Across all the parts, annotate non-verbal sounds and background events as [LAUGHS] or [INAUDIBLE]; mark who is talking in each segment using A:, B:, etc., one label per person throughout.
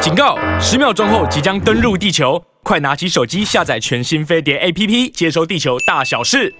A: 警告！十秒钟后即将登陆地球，快拿起手机下载全新飞碟 APP，接收地球大小事。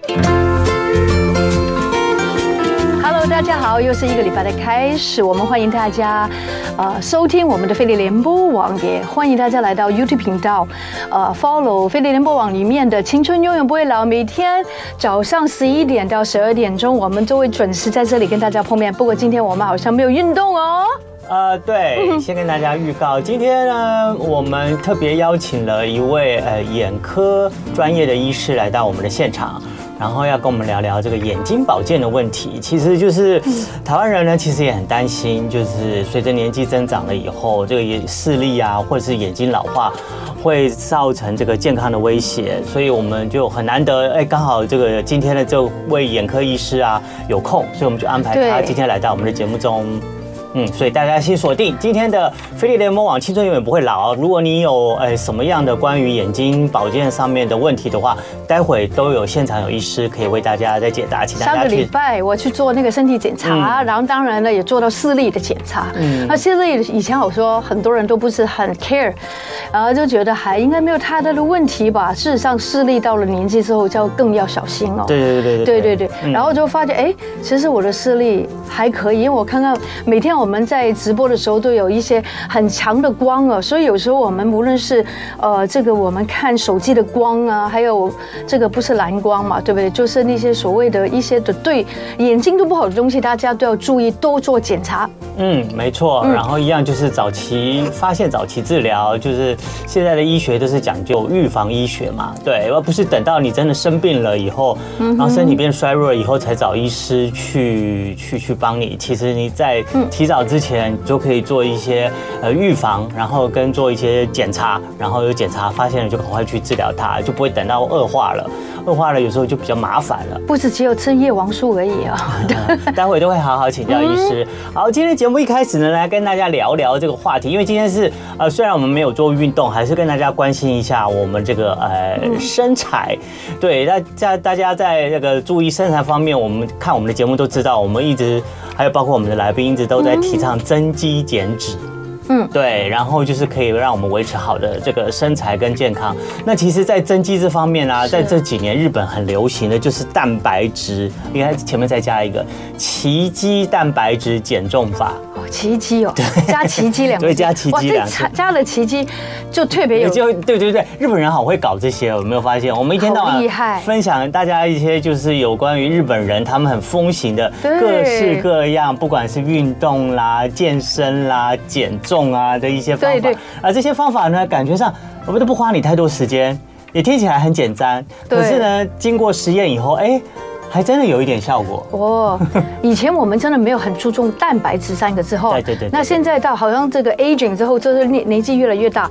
B: Hello，大家好，又是一个礼拜的开始，我们欢迎大家，呃，收听我们的飞碟联播网，也欢迎大家来到 YouTube 频道，呃，follow 飞碟联播网里面的《青春永远不会老》，每天早上十一点到十二点钟，我们都会准时在这里跟大家碰面。不过今天我们好像没有运动哦。
C: 呃，对，先跟大家预告，今天呢，我们特别邀请了一位呃眼科专业的医师来到我们的现场，然后要跟我们聊聊这个眼睛保健的问题。其实就是台湾人呢，其实也很担心，就是随着年纪增长了以后，这个眼视力啊，或者是眼睛老化，会造成这个健康的威胁，所以我们就很难得，哎，刚好这个今天的这位眼科医师啊有空，所以我们就安排他
B: 对
C: 今天来到我们的节目中。嗯，所以大家先锁定今天的飞利联盟网，青春永远不会老。如果你有呃什么样的关于眼睛保健上面的问题的话，待会都有现场有医师可以为大家在解答，请大
B: 上
C: 家
B: 个礼
C: 去。嗯
B: 拜我去做那个身体检查，然后当然呢也做到视力的检查。那视力以前我说很多人都不是很 care，然后就觉得还应该没有太大的问题吧。事实上，视力到了年纪之后就要更要小心哦。
C: 对对对对嗯
B: 对对对，然后就发现哎，其实我的视力还可以，因为我看看每天我们在直播的时候都有一些很强的光哦，所以有时候我们无论是呃这个我们看手机的光啊，还有这个不是蓝光嘛，对不对？就是那些所谓的一些的对眼睛都不好的东西，大家都要注意，多做检查。 [LAUGHS]
C: 嗯，没错。然后一样就是早期发现、早期治疗，就是现在的医学都是讲究预防医学嘛，对，而不是等到你真的生病了以后，然后身体变衰弱了以后才找医师去去去帮你。其实你在提早之前就可以做一些呃预防，然后跟做一些检查，然后有检查发现了就赶快去治疗它，就不会等到恶化了。恶化了有时候就比较麻烦了。
B: 不是只有吃叶黄素而已
C: [LAUGHS]
B: 啊、
C: 待会都会好好请教医师。好，今天节目一开始呢，来跟大家聊聊这个话题，因为今天是呃，虽然我们没有做运动，还是跟大家关心一下我们这个呃身材。对，大家大家在这个注意身材方面，我们看我们的节目都知道，我们一直还有包括我们的来宾一直都在提倡增肌减脂。
B: 嗯
C: 对，然后就是可以让我们维持好的这个身材跟健康。那其实，在增肌这方面啊，
B: 是
C: 在这几年日本很流行的就是蛋白质，你看前面再加一个奇迹蛋白质减重法，
B: 哦，奇迹哦， [LAUGHS] 加奇迹两个字，
C: 对加奇迹
B: 哇这
C: 两个字
B: 加加了奇迹就特别有
C: 就对对对，日本人好会搞这些，有没有发现？我们一天到
B: 好厉
C: 晚
B: 害
C: 分享大家一些就是有关于日本人他们很风行的
B: 对
C: 各式各样，不管是运动啦、健身啦、减重啊的一些方法。
B: 对对
C: 而这些方法呢，感觉上我们都不花你太多时间，也听起来很简单，
B: 对
C: 可是呢，经过实验以后，哎，还真的有一点效果。
B: 哦，以前我们真的没有很注重蛋白质三个字后，
C: 对对对对
B: 那现在到好像这个 aging 之后，就是年年纪越来越大，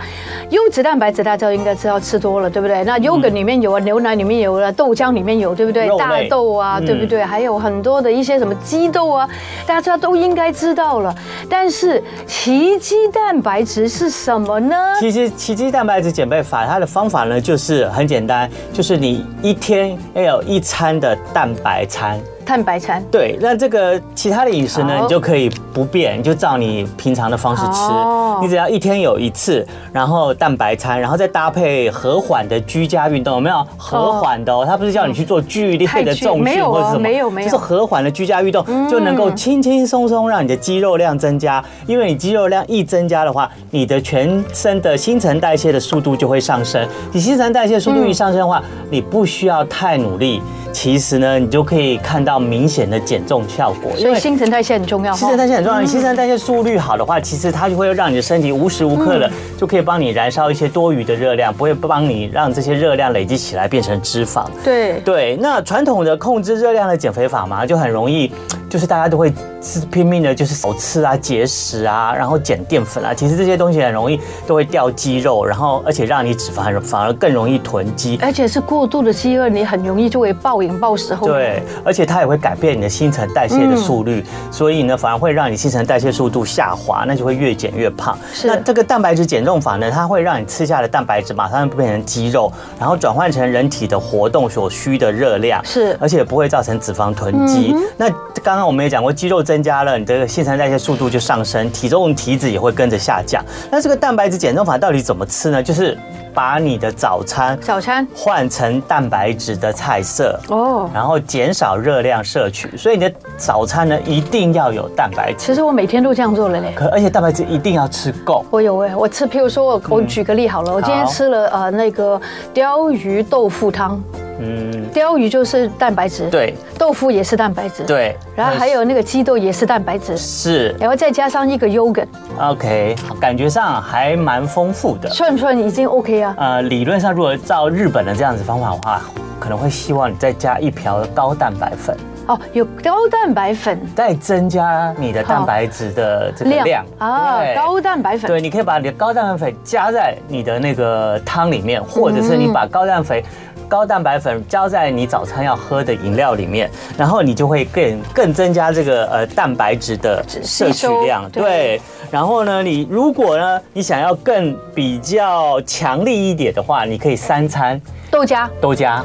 B: 优质蛋白质大家应该知道吃多了，对不对？那 yogurt 里面有啊，牛奶里面有啊，豆浆里面有，对不对
C: 肉？类
B: 大豆啊，
C: 嗯
B: 对不对？还有很多的一些什么鸡豆啊，大家都应该知道了。但是奇迹蛋白质是什么呢？
C: 其实奇迹蛋白质减肥法，它的方法呢就是很简单，就是你一天要有一餐的蛋白餐。
B: 蛋白餐。
C: 对，那这个其他的饮食呢，
B: 好
C: 你就可以不变，你就照你平常的方式吃
B: 哦。
C: 你只要一天有一次，然后蛋白餐，然后再搭配和缓的居家运动，有没有？和缓的哦，它不是叫你去做剧烈的重
B: 太剧没
C: 训
B: 有
C: 或
B: 哦
C: 者什么，
B: 没有没有
C: 就是和缓的居家运动
B: 嗯
C: 就能够轻轻松松让你的肌肉量增加。因为你肌肉量一增加的话，你的全身的新陈代谢的速度就会上升。你新陈代谢速度一上升的话，你不需要太努力，其实呢，你就可以看到明显的减重效果。
B: 所以新陈代谢很重要哦。
C: 新陈代谢很重要，你新陈代谢速率好的话，其实它就会让你的身体无时无刻的就可以帮你燃烧一些多余的热量，不会帮你让这些热量累积起来变成脂肪。
B: 对
C: 对，那传统的控制热量的减肥法嘛，就很容易，就是大家都会吃拼命的，就是少吃啊、节食啊，然后减淀粉啊，其实这些东西很容易都会掉肌肉，然后而且让你脂肪反而更容易囤积。
B: 而且是过度的饥饿，你很容易就会暴饮暴食后。
C: 对，而且它也也会改变你的新陈代谢的速率，所以呢，反而会让你新陈代谢速度下滑，那就会越减越胖。
B: 是
C: 那这个蛋白质减重法呢，它会让你吃下的蛋白质马上变成肌肉，然后转换成人体的活动所需的热量，
B: 是
C: 而且不会造成脂肪囤积。
B: 嗯
C: 那刚刚我们也讲过，肌肉增加了，你的新陈代谢速度就上升，体重体脂也会跟着下降。那这个蛋白质减重法到底怎么吃呢？就是把你的早餐
B: 早餐
C: 换成蛋白质的菜色。
B: 哦。
C: 然后减少热量摄取，所以你的早餐呢一定要有蛋白质，
B: 其实我每天都这样做了嘞。
C: 可而且蛋白质一定要吃够。
B: 我有哎、我吃，譬如说我我举个例好了，我今天
C: 嗯好
B: 吃了呃那个鲷鱼豆腐汤，
C: 嗯，
B: 鲷鱼就是蛋白质，，
C: 对
B: 豆腐也是蛋白质，，
C: 对。
B: 然后还有那个鸡豆也是蛋白质，
C: 是
B: 然后再加上一个 yogurt，
C: OK，感觉上还蛮丰富的。
B: 串串已经 OK 啊，
C: 呃，理论上如果照日本的这样子方法的话，可能会希望你再加一瓢高蛋白粉，
B: 哦，有高蛋白粉
C: 再增加你的蛋白质的这个量
B: 啊，
C: 对
B: 高蛋白粉
C: 对，你可以把你的高蛋白粉加在你的那个汤里面，或者是你把高蛋白、高蛋白粉加在你早餐要喝的饮料里面，然后你就会更更增加这个呃蛋白质的摄
B: 吸
C: 取
B: 收
C: 量。
B: 对
C: 对，然后呢，你如果呢你想要更比较强力一点的话，你可以三餐
B: 豆浆，
C: 都加。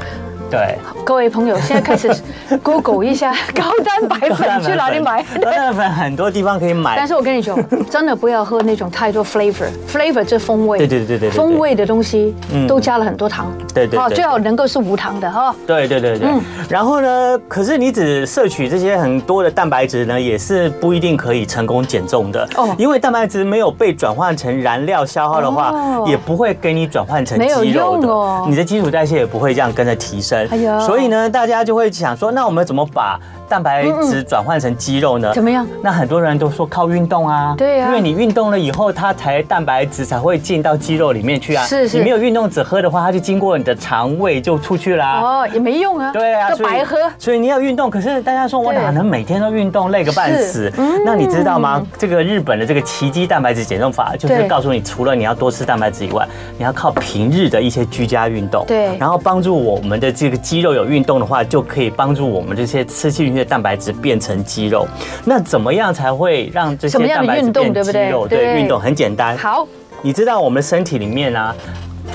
C: 对，
B: 各位朋友，现在开始 [LAUGHS] Google 一
C: [LAUGHS]
B: 下高蛋白
C: 高
B: [LAUGHS]
C: 蛋
B: 粉
C: 白
B: 去哪里买。
C: 粉高蛋白粉很多地方可以买
B: 但，是我跟你讲，
C: [LAUGHS]
B: 真的不要喝那种太多 flavor，flavor 这风味。
C: 对对对对对对
B: 风味的东西
C: 嗯
B: 都加了很多糖。
C: 对对对
B: 哦
C: 对
B: 最好能够是无糖的哦哈。
C: 对对对对，
B: 嗯
C: 然后呢？可是你只摄取这些很多的蛋白质呢，也是不一定可以成功减重的。
B: 哦
C: 因为蛋白质没有被转换成燃料消耗的话，
B: 哦
C: 也不会给你转换成
B: 没有
C: 肌肉的，
B: 用哦
C: 你的基础代谢也不会这样跟着提升。
B: 哎呀
C: 所以呢，大家就会想说，那我们怎么把蛋白质转换成肌肉呢？
B: 嗯怎么样？
C: 那很多人都说靠运动啊，
B: 对啊
C: 因为你运动了以后，它才蛋白质才会进到肌肉里面去啊。
B: 是是
C: 你没有运动只喝的话，它就经过你的肠胃就出去啦。
B: 哦，也没用啊。
C: 对啊，
B: 都
C: 所以
B: 白喝。
C: 所以你要运动，可是大家说我
B: 对
C: 哪能每天都运动，累个半死
B: 是？嗯
C: 那你知道吗？这个日本的这个奇迹蛋白质减重法，就是
B: 对
C: 告诉你，除了你要多吃蛋白质以外，你要靠平日的一些居家运动，
B: 对
C: 然后帮助我们的这个肌肉有运动的话，就可以帮助我们这些吃进去的蛋白质变成肌肉。那怎么样才会让这些
B: 什么样
C: 蛋
B: 的
C: 白质
B: 运动
C: 变
B: 对不
C: 肌
B: 对
C: 肉？对，
B: 对
C: 运动很简单，
B: 好，
C: 你知道我们身体里面啊，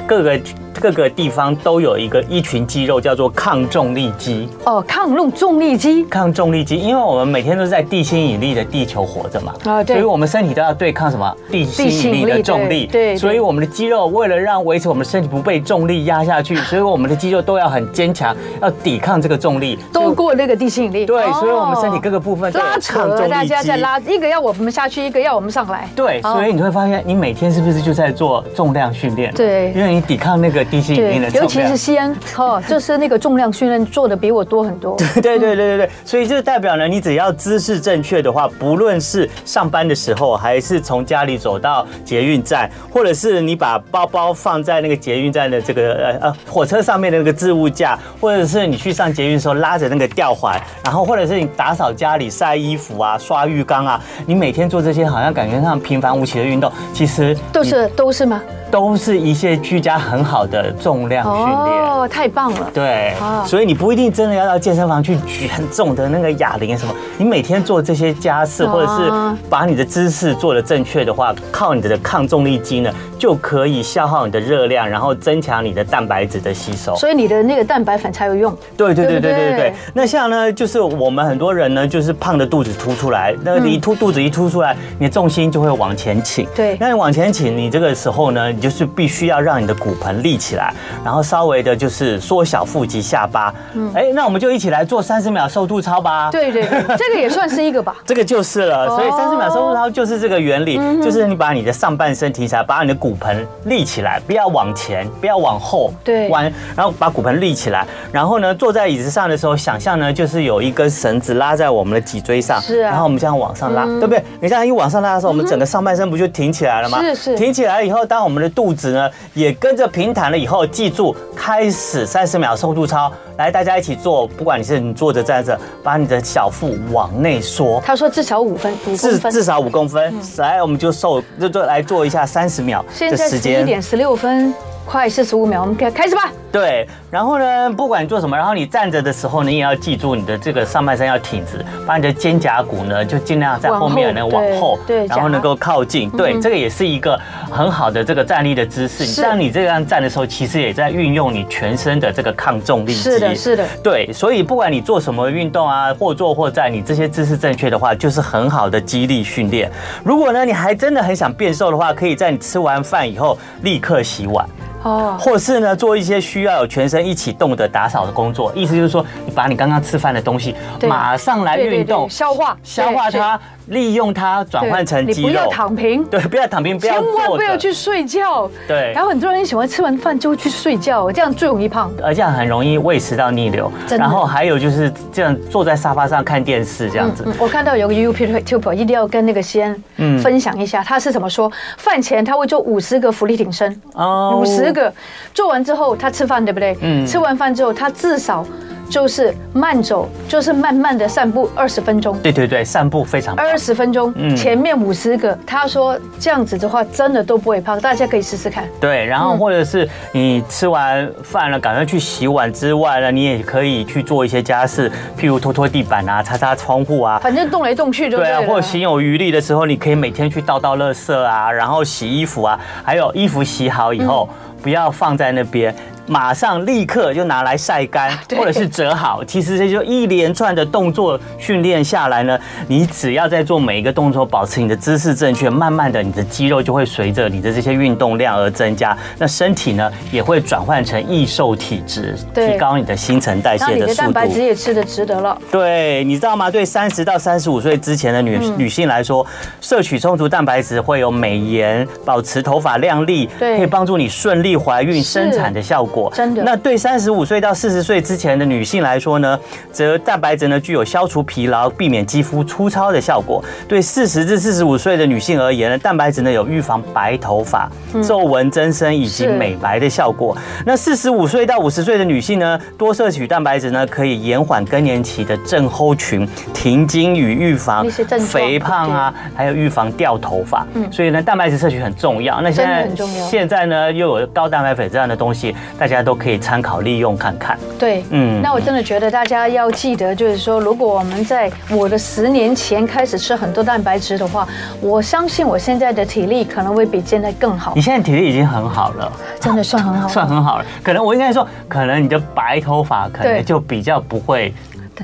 C: 各个各个地方都有一个一群肌肉叫做抗重力肌。
B: 哦，抗弄重力机。
C: 抗重力肌，因为我们每天都在地心引力的地球活着嘛，
B: 啊对
C: 所以我们身体都要对抗什么地心引力的重力，
B: 地心引力对对对
C: 所以我们的肌肉为了让维持我们身体不被重力压下
B: [LAUGHS]
C: 去，所以我们的肌肉都要很坚强，要抵抗这个重力，
B: 都过那个地心引力，
C: 对，
B: 哦
C: 所以我们身体各个部分都有
B: 拉
C: 抗
B: 扯，
C: 重
B: 大
C: 力
B: 家在
C: 肌。
B: 拉，一个要我们下去，一个要我们上来。
C: 对，
B: 哦
C: 所以你会发现，你每天是不是就在做重量训练？
B: 对
C: 因为你抵抗那个地心引力的重量。
B: 尤其是西安，哦，就是那个重量训练做的比我多很多。
C: [LAUGHS] 对对对对对，所以这代表呢，你只要姿势正确的话，不论是上班的时候，还是从家里走到捷运站，或者是你把包包放在那个捷运站的这个呃呃火车上面的那个置物架，或者是你去上捷运的时候拉着那个吊环，然后或者是你打扫家里、晒衣服啊、刷浴缸啊，你每天做这些好像感觉上平凡无奇的运动，其实
B: 都是都是吗？
C: 都是一些居家很好的重量训练。，
B: 哦太棒了！
C: 对
B: 啊，
C: 所以你不一定真的要到健身房去举很重的那个哑铃什么，你每天做这些家事，
B: 啊
C: 或者是把你的姿势做得正确的话，靠你的抗重力肌呢，就可以消耗你的热量，然后增强你的蛋白质的吸收。
B: 所以你的那个蛋白粉才有用。
C: 对对对
B: 对
C: 对
B: 不
C: 对对
B: 对
C: 对。那像呢，就是我们很多人呢，就是胖的肚子凸出来，那你一凸肚子一凸出来，你的重心就会往前倾。
B: 对
C: 那你往前倾，你这个时候呢，你就是必须要让你的骨盆立起来，然后稍微的就是缩小腹及下巴。嗯。哎，那我们就一起来做三十秒瘦肚操吧。。
B: 对对，对这个也算是一个吧。
C: 这个就是了，所以
B: 哦
C: 三十秒收腹操就是这个原理，
B: 嗯
C: 就是你把你的上半身提起来，把你的骨盆立起来，不要往前，不要往后
B: 对
C: 弯，然后把骨盆立起来。然后呢，坐在椅子上的时候，想象呢就是有一根绳子拉在我们的脊椎上，
B: 是啊嗯
C: 然后我们这样往上拉，对不对？你这样一往上拉的时候，我们整个上半身不就挺起来了吗？
B: 是是
C: 挺起来以后，当我们的肚子呢也跟着平坦了以后，记住开始三十秒收肚操，来大家一起做，不管你是你坐着站着，把你的小腹往内缩。
B: 他说至少五分，嗯五公
C: 至
B: 分。
C: 至少五公分，来我们就瘦，就就来做一下三十秒
B: 现
C: 的
B: 在
C: 时
B: 十一
C: 间。
B: 点十六分，快四十五秒，我们开开始吧。
C: 对，然后呢，不管你做什么，然后你站着的时候呢，你也要记住你的这个上半身要挺直，把你的肩胛骨呢就尽量在后面呢
B: 往
C: 往
B: 后
C: 后，
B: 对对
C: 然
B: 夹
C: 后
B: 嗯
C: 能够靠近。对，这个也是一个很好的这个站立的姿势。你
B: 是
C: 这样你这样站的时候，其实也在运用你全身的这个抗重力肌。
B: 是的是的
C: 对，所以不管你做什么运动啊，或坐或站，你这些姿势正确的话，就是很好的肌力训练。如果呢，你还真的很想变瘦的话，可以在你吃完饭以后立刻洗碗。
B: 哦，
C: 或是呢做一些需要有全身一起动的打扫的工作，意思就是说，你把你刚刚吃饭的东西
B: 对
C: 马上来
B: 对对
C: 运动
B: 对，消化
C: 消化它，利用它转
B: 对
C: 换成
B: 你
C: 肌
B: 不要
C: 肉。
B: 躺平。
C: 对，不要躺平，不要
B: 千万
C: 坐
B: 不要
C: 着，
B: 去睡觉，
C: 对
B: 然后很多人喜欢吃完饭就去睡觉，这样最容易胖。
C: 而且很容易胃食道逆流。
B: 真的
C: 然后还有就是这样坐在沙发上看电视这样子。
B: 嗯我看到有个 YouTuber 一定要跟那个西安
C: 嗯
B: 分享一下，他是怎么说？饭前他会做五十个浮力挺身，
C: 哦
B: 五十个做完之后他吃饭，对不对？
C: 嗯
B: 吃完饭之后他至少就是慢走，就是慢慢的散步二十分钟。
C: 对嗯对对，散步非常棒。
B: 二十分钟，前面五十个，他说这样子的话真的都不会胖，大家可以试试看。
C: 对，然后或者是你吃完饭了，赶快去洗碗之外呢，你也可以去做一些家事，譬如拖拖地板啊、擦擦窗户啊，
B: 反正动来动去就
C: 对
B: 了
C: 啊，或行有余力的时候，你可以每天去倒倒垃圾啊，然后洗衣服啊，还有衣服洗好以后，不要放在那边。马上立刻就拿来晒干，
B: [LAUGHS] 对
C: 或者是折好。其实这就一连串的动作训练下来呢，你只要在做每一个动作，保持你的姿势正确，慢慢的你的肌肉就会随着你的这些运动量而增加，那身体呢也会转换成易瘦体质，
B: 对
C: 提高你的新陈代
B: 然后
C: 谢
B: 你
C: 的
B: 的
C: 速
B: 蛋
C: 度。
B: 白质也吃的值得了。
C: 对，你知道吗？对三十到三十五岁之前的女、
B: 嗯
C: 女性来说，摄取充足蛋白质会有美颜、保持头发亮丽，
B: 对
C: 可以帮助你顺利怀
B: 是
C: 孕、生产的效果。
B: 真的
C: 那对三十五岁到四十岁之前的女性来说呢，则蛋白质呢具有消除疲劳、避免肌肤粗糙的效果。对四十至四十五岁的女性而言呢，蛋白质呢有预防白头发、
B: 嗯
C: 皱纹增生以及
B: 是
C: 美白的效果。那四十五岁到五十岁的女性呢，多摄取蛋白质呢，可以延缓更年期的症候群、停经与预防
B: 那些症状嗯
C: 肥胖啊，还有预防掉头发。所以呢，蛋白质摄取很重要。那现
B: 真的
C: 在
B: 很重要
C: 现在呢，又有高蛋白粉这样的东西，大家都可以参考利用看看。
B: 对，嗯，
C: 嗯
B: 那我真的觉得大家要记得，就是说，如果我们在我的十年前开始吃很多蛋白质的话，我相信我现在的体力可能会比现在更好
C: 你，现在体力已经很好了，
B: 真的算很好。
C: 嗯 [LAUGHS] 算很好了。可能我应该说，可能你的白头发可能
B: 对
C: 就比较不会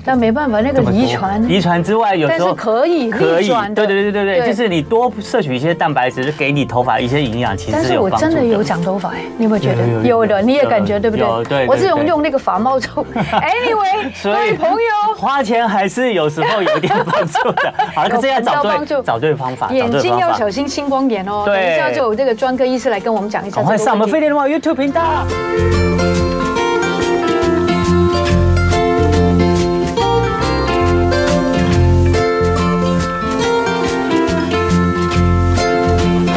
B: 但没办法，那个
C: 这么多
B: 遗传，啊
C: 遗传之外，有
B: 但
C: 时
B: 是
C: 候
B: 可以
C: 可
B: 逆
C: 以，
B: 转
C: 对
B: 的。
C: 对对对对，
B: 对
C: 就是你多摄取一些蛋白质，给你头发一些营养，其实
B: 但
C: 是
B: 是
C: 有
B: 我
C: 帮助
B: 真的有
C: 的。
B: 长头发哎，你有没有觉
C: 有有有
B: 得？有的，
C: 有
B: 你也
C: 有
B: 感觉对不对？
C: 有对对
B: 我自从
C: 对
B: 用那个发帽之
C: [LAUGHS]
B: 后，anyway，各位朋友，
C: 花钱还是有时候有点帮助的。
B: [LAUGHS]
C: 好了， [LAUGHS] 可是要找
B: 有帮助
C: 对找对方法，找
B: 眼
C: 对
B: 睛要
C: 方
B: 小
C: 法。
B: 心青光眼哦。
C: 对
B: 等一下就有这个专科医师来跟我们讲一下
C: 赶
B: 这个问
C: 快
B: 题。
C: 上我们飞碟的网 YouTube 频道。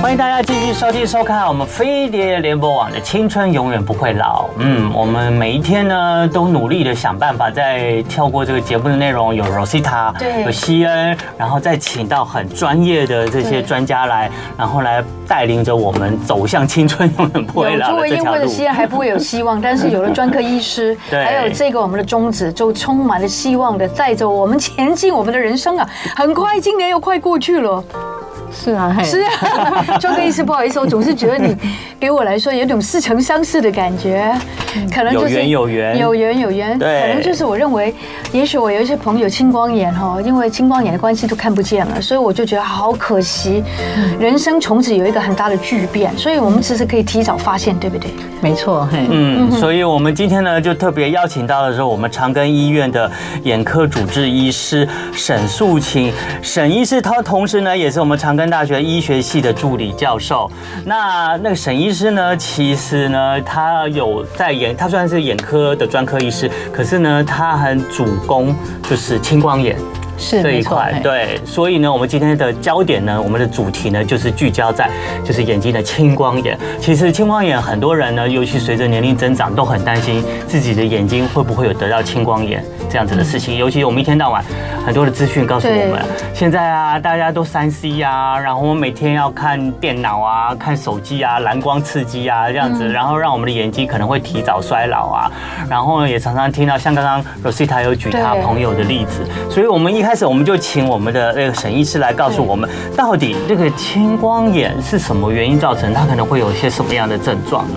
C: 欢迎大家继续收听收看我们飞碟联播网的《青春永远不会老》。嗯，我们每一天呢都努力的想办法，在跳过这个节目的内容，有 Rosita，
B: 对
C: 有西恩，然后再请到很专业的这些
B: 对
C: 专家来，然后来带领着我们走向青春永远不会
B: 有
C: 老
B: 朱
C: 的
B: 维
C: 这
B: 英
C: 条
B: 或者
C: 路。
B: 西安还不会有希
C: [LAUGHS]
B: 望，但是有了专科医师，
C: 对
B: 还有这个我们的宗旨，就充满了希望的带着我们前进我们的人生
C: [LAUGHS]
B: 啊！很快，今年又快过去了，
D: 是啊，嘿
B: 是啊， [LAUGHS] 专科医师不好意思，我总是觉得
C: [LAUGHS]
B: 你给我来说有种似曾相识的感觉，可能就是
C: 有缘有
B: 有
C: 缘
B: 缘有缘，
C: 对
B: 可能就是我认为，也许我有一些朋友青光眼哦，因为青光眼的关系都看不见了，所以我就觉得好可惜，
D: 嗯
B: 人生从此有一个很大的巨变，所以我们其实可以提早发现，对不对？
D: 没错，嘿，
C: 嗯，所以我们今天呢，就特别邀请到的是我们长庚医院的眼科主治医师沈素清。沈医师他同时呢，也是我们长庚大学医学系的助理教授。那那个沈医师呢，其实呢，他有在眼，他虽然是眼科的专科医师，可是呢，他很主攻就是青光眼。
D: 是
C: 这一
D: 没错
C: 块
D: 嘿，
C: 对，所以呢，我们今天的焦点呢，我们的主题呢，就是聚焦在就是眼睛的青光眼。其实青光眼很多人呢，尤其随着年龄增长，都很担心自己的眼睛会不会有得到青光眼这样子的事情。尤其我们一天到晚很多的资讯告诉我们
B: 对，
C: 现在啊，大家都三 C 啊，然后我们每天要看电脑啊、看手机啊、蓝光刺激啊这样子，然后让我们的眼睛可能会提早衰老啊。然后呢，也常常听到像刚刚 Rosita 有举她
B: 对
C: 朋友的例子，所以我们一开始我们就请我们的那个沈医师来告诉我们，到底这个青光眼是什么原因造成，它可能会有一些什么样的症状呢？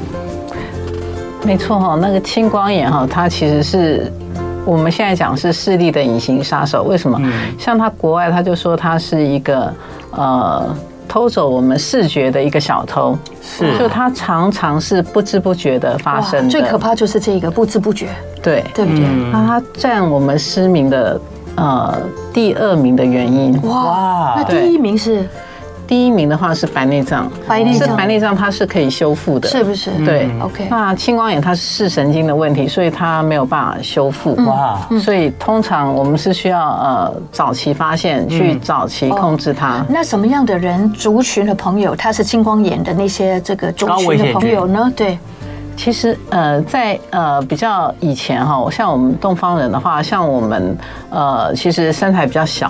D: 没错哈，那个青光眼哈，它其实是我们现在讲是视力的隐形杀手。为什么？
C: 嗯
D: 像它国外他就说它是一个呃偷走我们视觉的一个小偷，
C: 是
D: 就它常常是不知不觉的发生的，嗯
B: 最可怕就是这个不知不觉，
D: 对。
B: 对不对？
C: 嗯
D: 那它占我们失明的呃第二名的原因，
B: 哇
C: 哇，
B: 那第一名是
D: 第一名的话是白内障，
B: 白内障
D: 是白内障它是可以修复的，
B: 是不是？
D: 对
B: ，OK，
D: 嗯那青光眼它是视神经的问题，所以它没有办法修复。
C: 哇，
D: 所以通常我们是需要呃早期发现，去早期控制它。
B: 那什么样的人族群的朋友，他是青光眼的那些这个族
C: 高
B: 群
C: 危
B: 的
C: 险
B: 朋
C: 群
B: 友呢？对，
D: 其实呃在呃比较以前哈，像我们东方人的话，像我们呃其实身材比较小。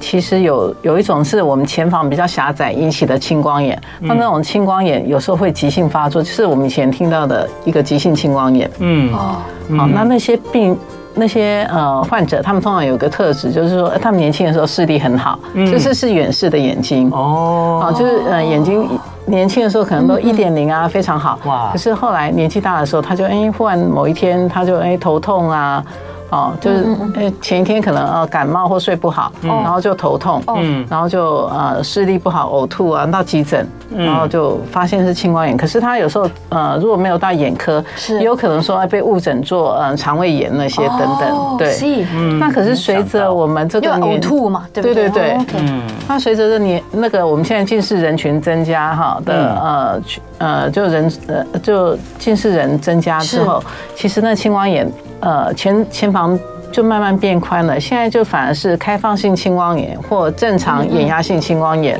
D: 其实有有一种是我们前房比较狭窄引起的青光眼，那那种青光眼有时候会急性发作，就是我们以前听到的一个急性青光眼。
C: 嗯，
B: 哦，
D: 好、那那些病那些呃患者，他们通常有个特质，就是说呃他们年轻的时候视力很好，就是是远视的眼睛。
C: 哦，
D: 啊，就是呃，眼睛年轻的时候可
B: 嗯
D: 能都一点零啊，非常好。
C: 哇
D: 哇！可是后来年纪大的时候，他就哎，忽然某一天他就哎头痛啊，哦，就是
B: 嗯
D: 哎前一天可能呃感冒或睡不好，哦然后就头痛，
B: 哦
D: 嗯，然后就呃视力不好、呕吐啊，到急诊，
B: 嗯
D: 然后就发现是青光眼。可是他有时候呃如果没有到眼科，
B: 是
D: 也有可能说哎被误诊做嗯肠胃炎那些等
B: 哦
D: 等，对。
B: 是，嗯
D: 那可是随
C: 没想到
D: 着我们这
B: 因
D: 个
B: 为呕
D: 年
B: 吐嘛，对不对？
D: 对对对嗯
B: 哦，OK
D: 那随着这年那个我们现在近视人群增加哈的、
C: 嗯
D: 呃去呃就人呃就近视人增加之后，
C: 嗯
D: 其实那青光眼呃前前房就慢慢变宽了，现在就反而是开放性青光眼或正
C: 嗯
D: 常眼压性青光眼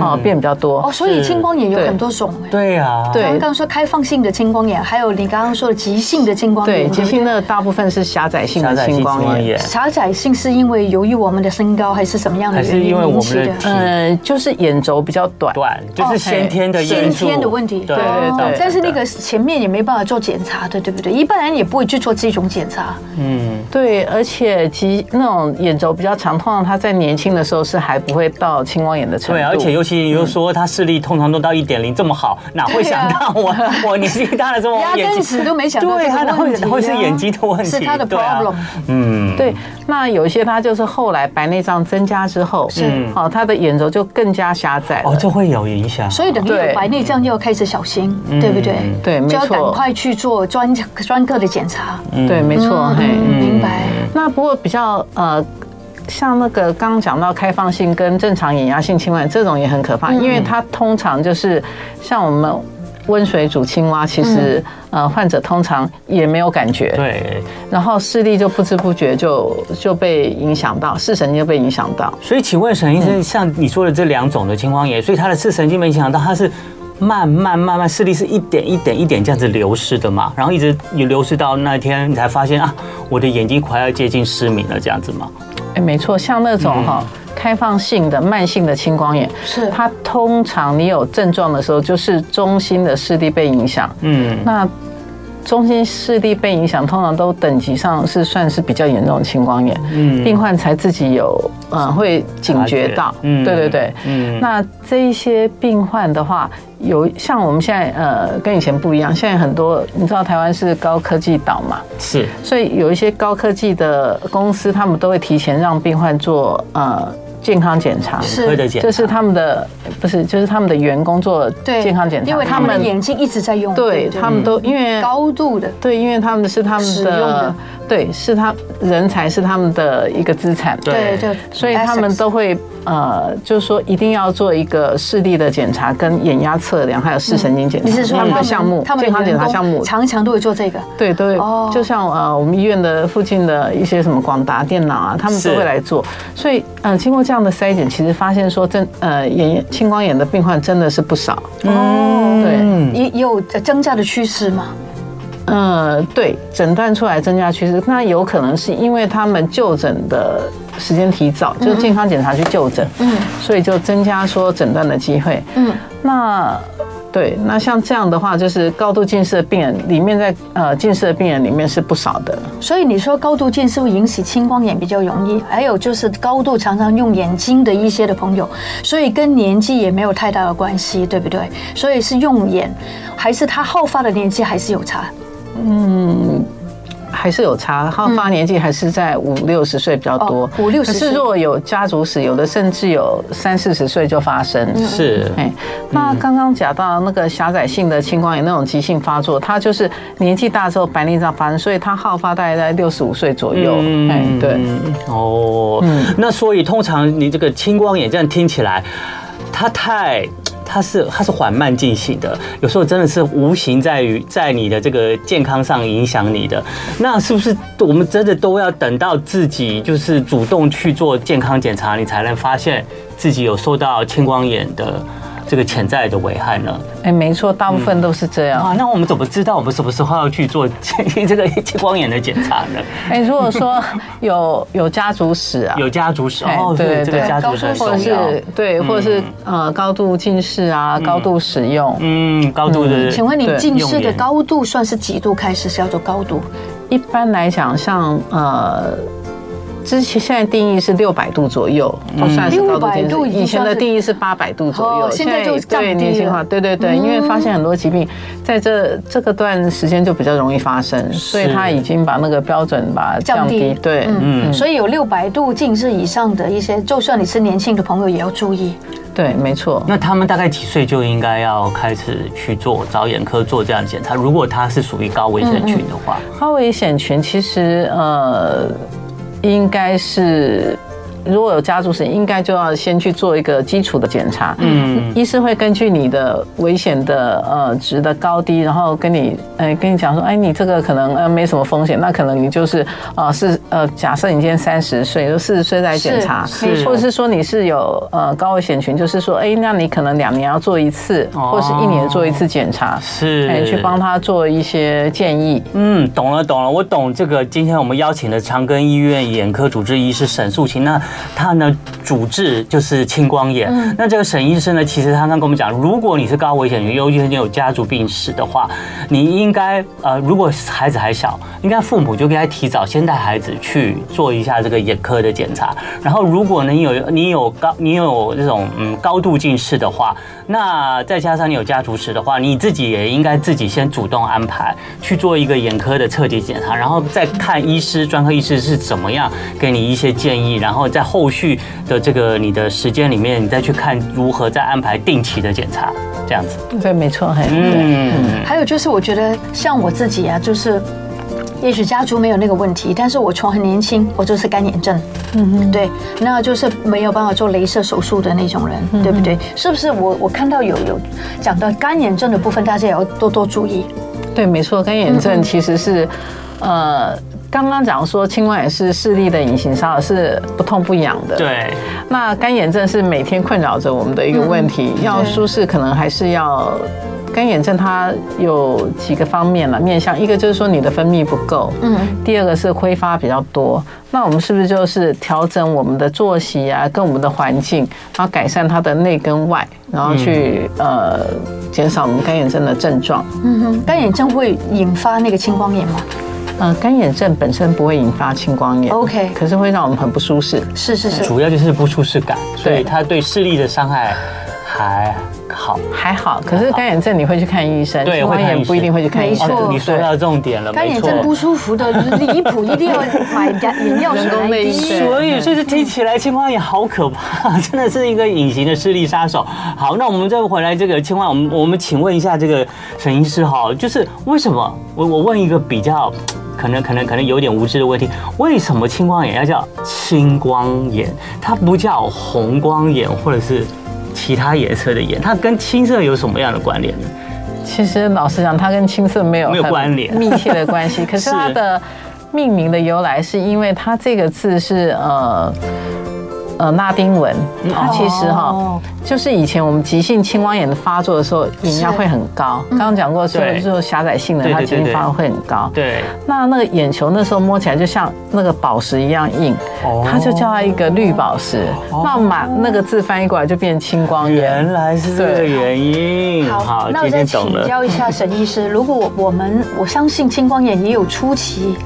D: 哦、变比较多。
B: 哦，所以青光眼有
D: 对
B: 很多种哎。
C: 对啊，
D: 对
B: 刚刚说开放性的青光眼，还有你刚刚说的急性的青光眼，
D: 对，
B: 不
D: 急性的大部分是狭窄性
C: 狭
D: 的
C: 窄性
D: 青
C: 青
D: 光
C: 光
D: 眼。
C: 眼，
B: 狭窄性是因为由于我们的身高还是什么样的
C: 还是
B: 原因
C: 因为我
B: 引
C: 们
B: 起
C: 的
B: 的？
C: 体
D: 嗯、就是眼轴比较短，
C: 短，就是先天的因素
B: 先天的问题，
C: 对
B: 哦
C: 对对，
B: 但是那个前面也没办法做检查的，对不对？一般人也不会去做这种检查，
C: 嗯，
D: 对，而且急那种眼轴比较长，通常他在年轻的时候是还不会到青光眼的程度。
C: 对，而且尤其你又说他视力通常都到一点零这么好，哪会想到我 [LAUGHS] 我年纪大了之后，我
B: 啊压
C: 哦眼
B: 根
C: 睛
B: 子都没想到
C: 对
B: 这
C: 他
B: 个
C: 会
B: 问题啊，
C: 会是眼睛的问题，
B: 是他的
C: 对啊
B: problem。
C: 嗯，
D: 对，那有一些它就是后来白内障增加之后，是哦，它的眼轴就更加狭窄了。
C: 哦，这会有影响，
B: 所以等于有
D: 对
B: 白内障就要开始小心，
C: 嗯
B: 对不对？
D: 对没
B: 就要
D: 错
B: 赶快去做专专科的检查。
C: 嗯
D: 对，没错，嘿。
B: 嗯，明白。
D: 那不过比较呃，像那个刚刚讲到开放性跟正常眼压性青蛙这种也很可怕，因为它通常就是像我们温水煮青蛙，其实呃患者通常也没有感觉，
C: 对，
D: 然后视力就不知不觉就就被影响到，视神经就被影响到。
C: 所以请问沈医
D: 嗯
C: 生，像你说的这两种的青光眼，所以他的视神经没影响到，他是。慢慢慢慢，视力是一点一点一点这样子流失的嘛，然后一直也流失到那天，你才发现啊，我的眼睛快要接近失明了，这样子嘛。
D: 哎，没错，像那种
C: 嗯
D: 哈、开放性的、慢性的青光眼，
B: 是
D: 它通常你有症状的时候，就是中心的视力被影响。
C: 嗯，
D: 那中心视力被影响，通常都等级上是算是比较严重的青光眼，
C: 嗯
D: 病患才自己有呃会警觉
C: 察
D: 到
C: 觉。嗯
D: 对对对，
C: 嗯
D: 那这一些病患的话，有像我们现在呃跟以前不一样，现在很多你知道台湾是高科技岛嘛，
C: 是
D: 所以有一些高科技的公司，他们都会提前让病患做呃健康检查，
B: 是
C: 科的检查，
D: 这是他们的不是，就是他们的员工做
B: 对
D: 健康检查，嗯
B: 因为他们的眼睛一直在用，
D: 对
B: 不
D: 他们都因为
B: 高度的
D: 对，因为他们是他
B: 使
D: 们
B: 用
D: 的
B: 的
D: 对，是他人才是他们的一个资产，
C: 对
B: 对，
D: 所以他们都会呃，就是说一定要做一个视力的检查、跟眼压测量，还有视神经检
B: 嗯
D: 查，
B: 你是说他
D: 他们
B: 们
D: 的项目
B: 他们的
D: 健康检查
B: 员工
D: 项目，
B: 常常都会做这个，
D: 对，都会
B: 哦
D: 就像呃我们医院的附近的一些什么广达电脑啊，他们都
C: 是
D: 会来做。所以呃，经过这样的筛检，其实发现说真呃眼青光眼的病患真的是不少。
B: 哦，
D: 对，
B: 也也有增加的趋势嘛，
D: 呃，对，诊断出来增加趋势，那有可能是因为他们就诊的时间提早，就是健康检查去就诊，嗯，所以就增加说诊断的机会，嗯，那。对，那像这样的话，就是高度近视的病人里面在，呃近视的病人里面是不少的。
B: 所以你说高度近视会引起青光眼比较容易，还有就是高度常常用眼睛的一些的朋友，所以跟年纪也没有太大的关系，对不对？所以是用眼，还是他好发的年纪还是有差，
D: 还是有差，好发年纪还是在五六十岁比较多
B: 哦，五六十
D: 可是
B: 岁
D: 如果有家族史，有的甚至有三四十岁就发生。
B: 嗯
C: 是
D: 哎，那刚刚讲到那个狭窄性的青光眼那种急性发作，它就是年纪大之后白内障发生，所以它好发大概在六十五岁左右。
B: 嗯
D: 哎，对，
C: 嗯哦，那所以通常你这个青光眼这样听起来，它太。它是它是缓慢进行的，有时候真的是无形在于在你的这个健康上影响你的。那是不是我们真的都要等到自己就是主动去做健康检查，你才能发现自己有受到青光眼的这个潜在的危害呢？
D: 哎，没错，大部分都是这样。
B: 嗯
C: 啊，那我们怎么知道我们什么时候要去做 [LAUGHS] 这个青光眼的检查呢？
D: 哎，如果说有有家族史啊，
C: 有家族史
D: 哎
C: 哦，
D: 对
C: 对，这个
D: 对
C: 家族史很
D: 或者
C: 重要。
D: 是对，或者是呃高度近视啊，高度使用，
C: 嗯，高度的。
B: 请问你
D: 呃对
B: 近视
C: 用
B: 的
C: 眼
B: 高度算是几度开始是叫做高度？
D: 一般来讲，像呃。之前现在定义是六百度左右，都算是高度近
B: 600
D: 视
B: 嗯度已经
D: 以前的
B: 算是
D: 定义是八百度左右，
B: 哦现在就降低了
D: 对
B: 嗯
D: 年轻化，对对对，因为发现很多疾病在这这个段时间就比较容易发生，所以他已经把那个标准把它降低
B: 降低，
D: 对
B: 嗯，所以有六百度近视以上的一些，就算你是年轻的朋友也要注意。
D: 对，没错。
C: 那他们大概几岁就应该要开始去做找眼科做这样的检查？如果他是属于高危险群的话，
D: 高危险群其实呃，应该是如果有家族史，应该就要先去做一个基础的检查。嗯，医师会根据你的危险的呃值的高低，然后跟你呃跟你讲说，哎，你这个可能呃没什么风险，那可能你就是呃是呃假设你今天三十岁，就四十岁再检查，
B: 是
C: 没错
D: 或者是说你是有呃高危险群，就是说，哎，那你可能两年要做一次，或是一年做一次检查。哎，
C: 是
D: 去帮。他做一些建议。
C: 嗯，懂了懂了，我懂这个。今天我们邀请的长庚医院眼科主治医师沈素琴，那她呢主治就是青光眼。那这个沈医师呢，其实他刚刚跟我们讲，如果你是高危险群，尤其是你有家族病史的话，你应该呃，如果孩子还小，应该父母就应该提早先带孩子去做一下这个眼科的检查。然后，哦如果呢你有你有高你有这种嗯高度近视的话，那再加上你有家族史的话，你自己也应该自己先主动安排去做一个眼科的彻底检查，然后再看医师专科医师是怎么样给你一些建议，然后在后续的这个你的时间里面，你再去看如何再安排定期的检查，这样子。
D: 对，没错，嘿，对，
C: 嗯，
B: 还有就是，我觉得像我自己啊，就是。也许家族没有那个问题，但是我从很年轻，我就是干眼症，嗯哼，对，那就是没有办法做镭射手术的那种人，对不对？是不是我？我看到有有讲到干眼症的部分，大家也要多多注意。
D: 对，没错，干眼
C: 嗯
D: 症其实是，呃，刚刚讲说青光眼是视力的隐形骚扰，是不痛不痒的。，
C: 对，
D: 那干眼症是每天困扰着我们的一个问题，
C: 嗯
D: 要
B: 对
D: 舒适可能还是要。干眼症它有几个方面了，面向一个就是说你的分泌不够，嗯，第二个是挥发比较多。那我们是不是就是调整我们的作息啊，跟我们的环境，然后改善它的内跟外，然后去、
C: 嗯
D: 呃减少我们干眼症的症状。
B: 嗯哼，干眼症会引发那个青光眼吗？
D: 呃，干眼症本身不会引发青光眼
B: OK
D: 可是会让我们很不舒适。
B: 是是是，
C: 主要就是不舒适感，所以
D: 对
C: 它对视力的伤害还好。
D: 还好，可是干眼症你会去看医生，
C: 对
D: 青
C: 会
D: 光
C: 看医
D: 眼
C: 生
D: 不一定会去看医
B: 没
D: 生
B: 错。
C: 哦，你说到重点了，
B: 干
C: 没
B: 眼
C: 错。
B: 症不舒服的离谱，一定要买眼药水
D: 人工
B: 来滴。
D: 泪
B: 哦
D: 水
C: 所以，所以就听起来青蛙也好可怕， [LAUGHS] 真的是一个隐形的视力杀手。好，那我们再回来这个青蛙，我们我们请问一下这个沈医师哈，就是为什么我我问一个比较可能可能可能有点无知的问题，为什么青光眼要叫青光眼，它不叫红光眼或者是其他颜色的眼？它跟青色有什么样的关联呢？
D: 其实老实讲，它跟青色没有
C: 没有
D: 很
C: 关联
D: 密切的关
C: [LAUGHS]
D: 系。可是它
C: 是
D: 的命名的由来，是因为它这个字是呃呃拉丁文，
C: 嗯
D: 它其实哈、
B: 哦
D: 就是以前我们急性青光眼的发作的时候，眼压会很高。刚刚讲过说，
C: 对
D: 就是狭窄性的，
C: 对对
D: 它
C: 对
D: 急性
C: 对
D: 发作会很高。
C: 对，
D: 那那个眼球那时候摸起来就像那个宝石一样硬
C: 哦，
D: 它就叫它一个绿宝石。那我们把那个字翻译过来就变青光眼。
C: 原来是这个
D: 对
C: 原因。
B: 好，那我
C: 嗯今
B: 再
C: 天懂
B: 请
C: 了。
B: 教一
C: [LAUGHS]
B: 下沈医师，如果我我们我相信青光眼也有初期，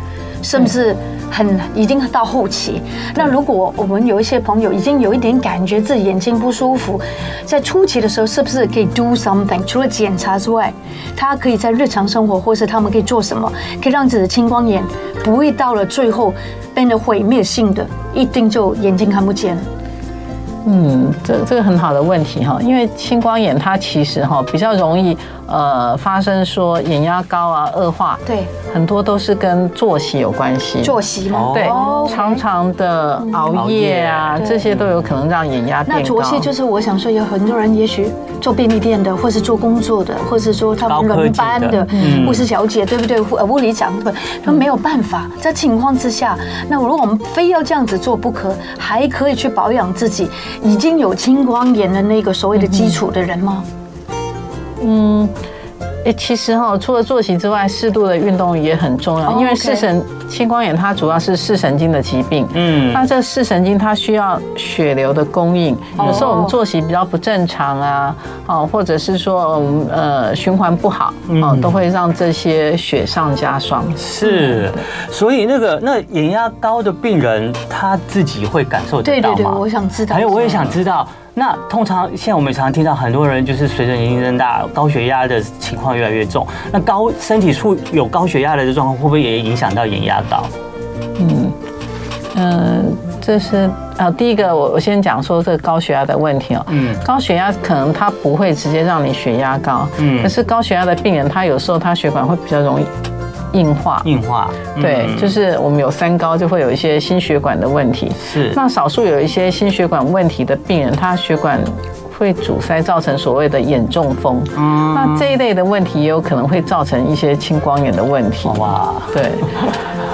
B: 甚
C: 嗯
B: 至很已经到后期。那如果我们有一些朋友已经有一点感觉自己眼睛不舒服，在初期的时候，是不是可以 do something？除了检查之外，他可以在日常生活或是他们可以做什么，可以让自己的青光眼不会到了最后变得毁灭性的，一定就眼睛看不见了。
D: 嗯，这这个很好的问题哈，因为青光眼它其实哈比较容易呃发生说眼压高啊恶化，
B: 对，
D: 很多都是跟作息有关系。
B: 作息嘛，
C: 哦
D: 对
B: 哦，
D: 常常的熬夜
C: 熬
D: 啊，
B: 夜
D: 这些都有可能让眼压变
B: 那
D: 高。
B: 卓西就是我想说，有很多人也许做便利店的，或是做工作的，或是说他们
C: 高科
B: 轮
C: 技的
B: 班的
C: 嗯
B: 护士小姐，对不对？护呃护理长，不，他没有办法。在情况之下，那如果我们非要这样子做不可，还可以去保养自己已经有青光眼的那个所谓的基础的人吗？
C: 嗯
D: 诶，其实哈、除了作息之外，适度的运动也很重要，
B: 哦
D: 因为
B: OK
D: 视神青光眼它主要是视神经的疾病。
C: 嗯
D: 那这视神经它需要血流的供应，
B: 哦
D: 有时候我们作息比较不正常啊，哦，或者是说我们呃循环不好，
B: 嗯
D: 哦，都会让这些雪上加霜。
C: 是，所以那个那眼压高的病人，他自己会感受
B: 对
C: 得到
B: 对
C: 吗？
B: 对，我想知道。
C: 还有，我也想知道，那通常现在我们也常听到很多人就是随着年龄增大，高血压的情况越来越重。那高身体处有高血压的状况，会不会也影响到眼压高？
D: 嗯，这是呃，第一个我我先讲说这个高血压的问题哦。
C: 嗯
D: 高血压可能它不会直接让你血压高，
C: 嗯
D: 可是高血压的病人，他有时候他血管会比较容易硬化。
C: 硬化，
D: 对，
C: 嗯
D: 就是我们有三高，就会有一些心血管的问题。
C: 是
D: 那少数有一些心血管问题的病人，他血管会阻塞，造成所谓的眼中风。
C: 嗯
D: 那这一类的问题也有可能会造成一些青光眼的问题。
C: 哇， [LAUGHS]
D: 对，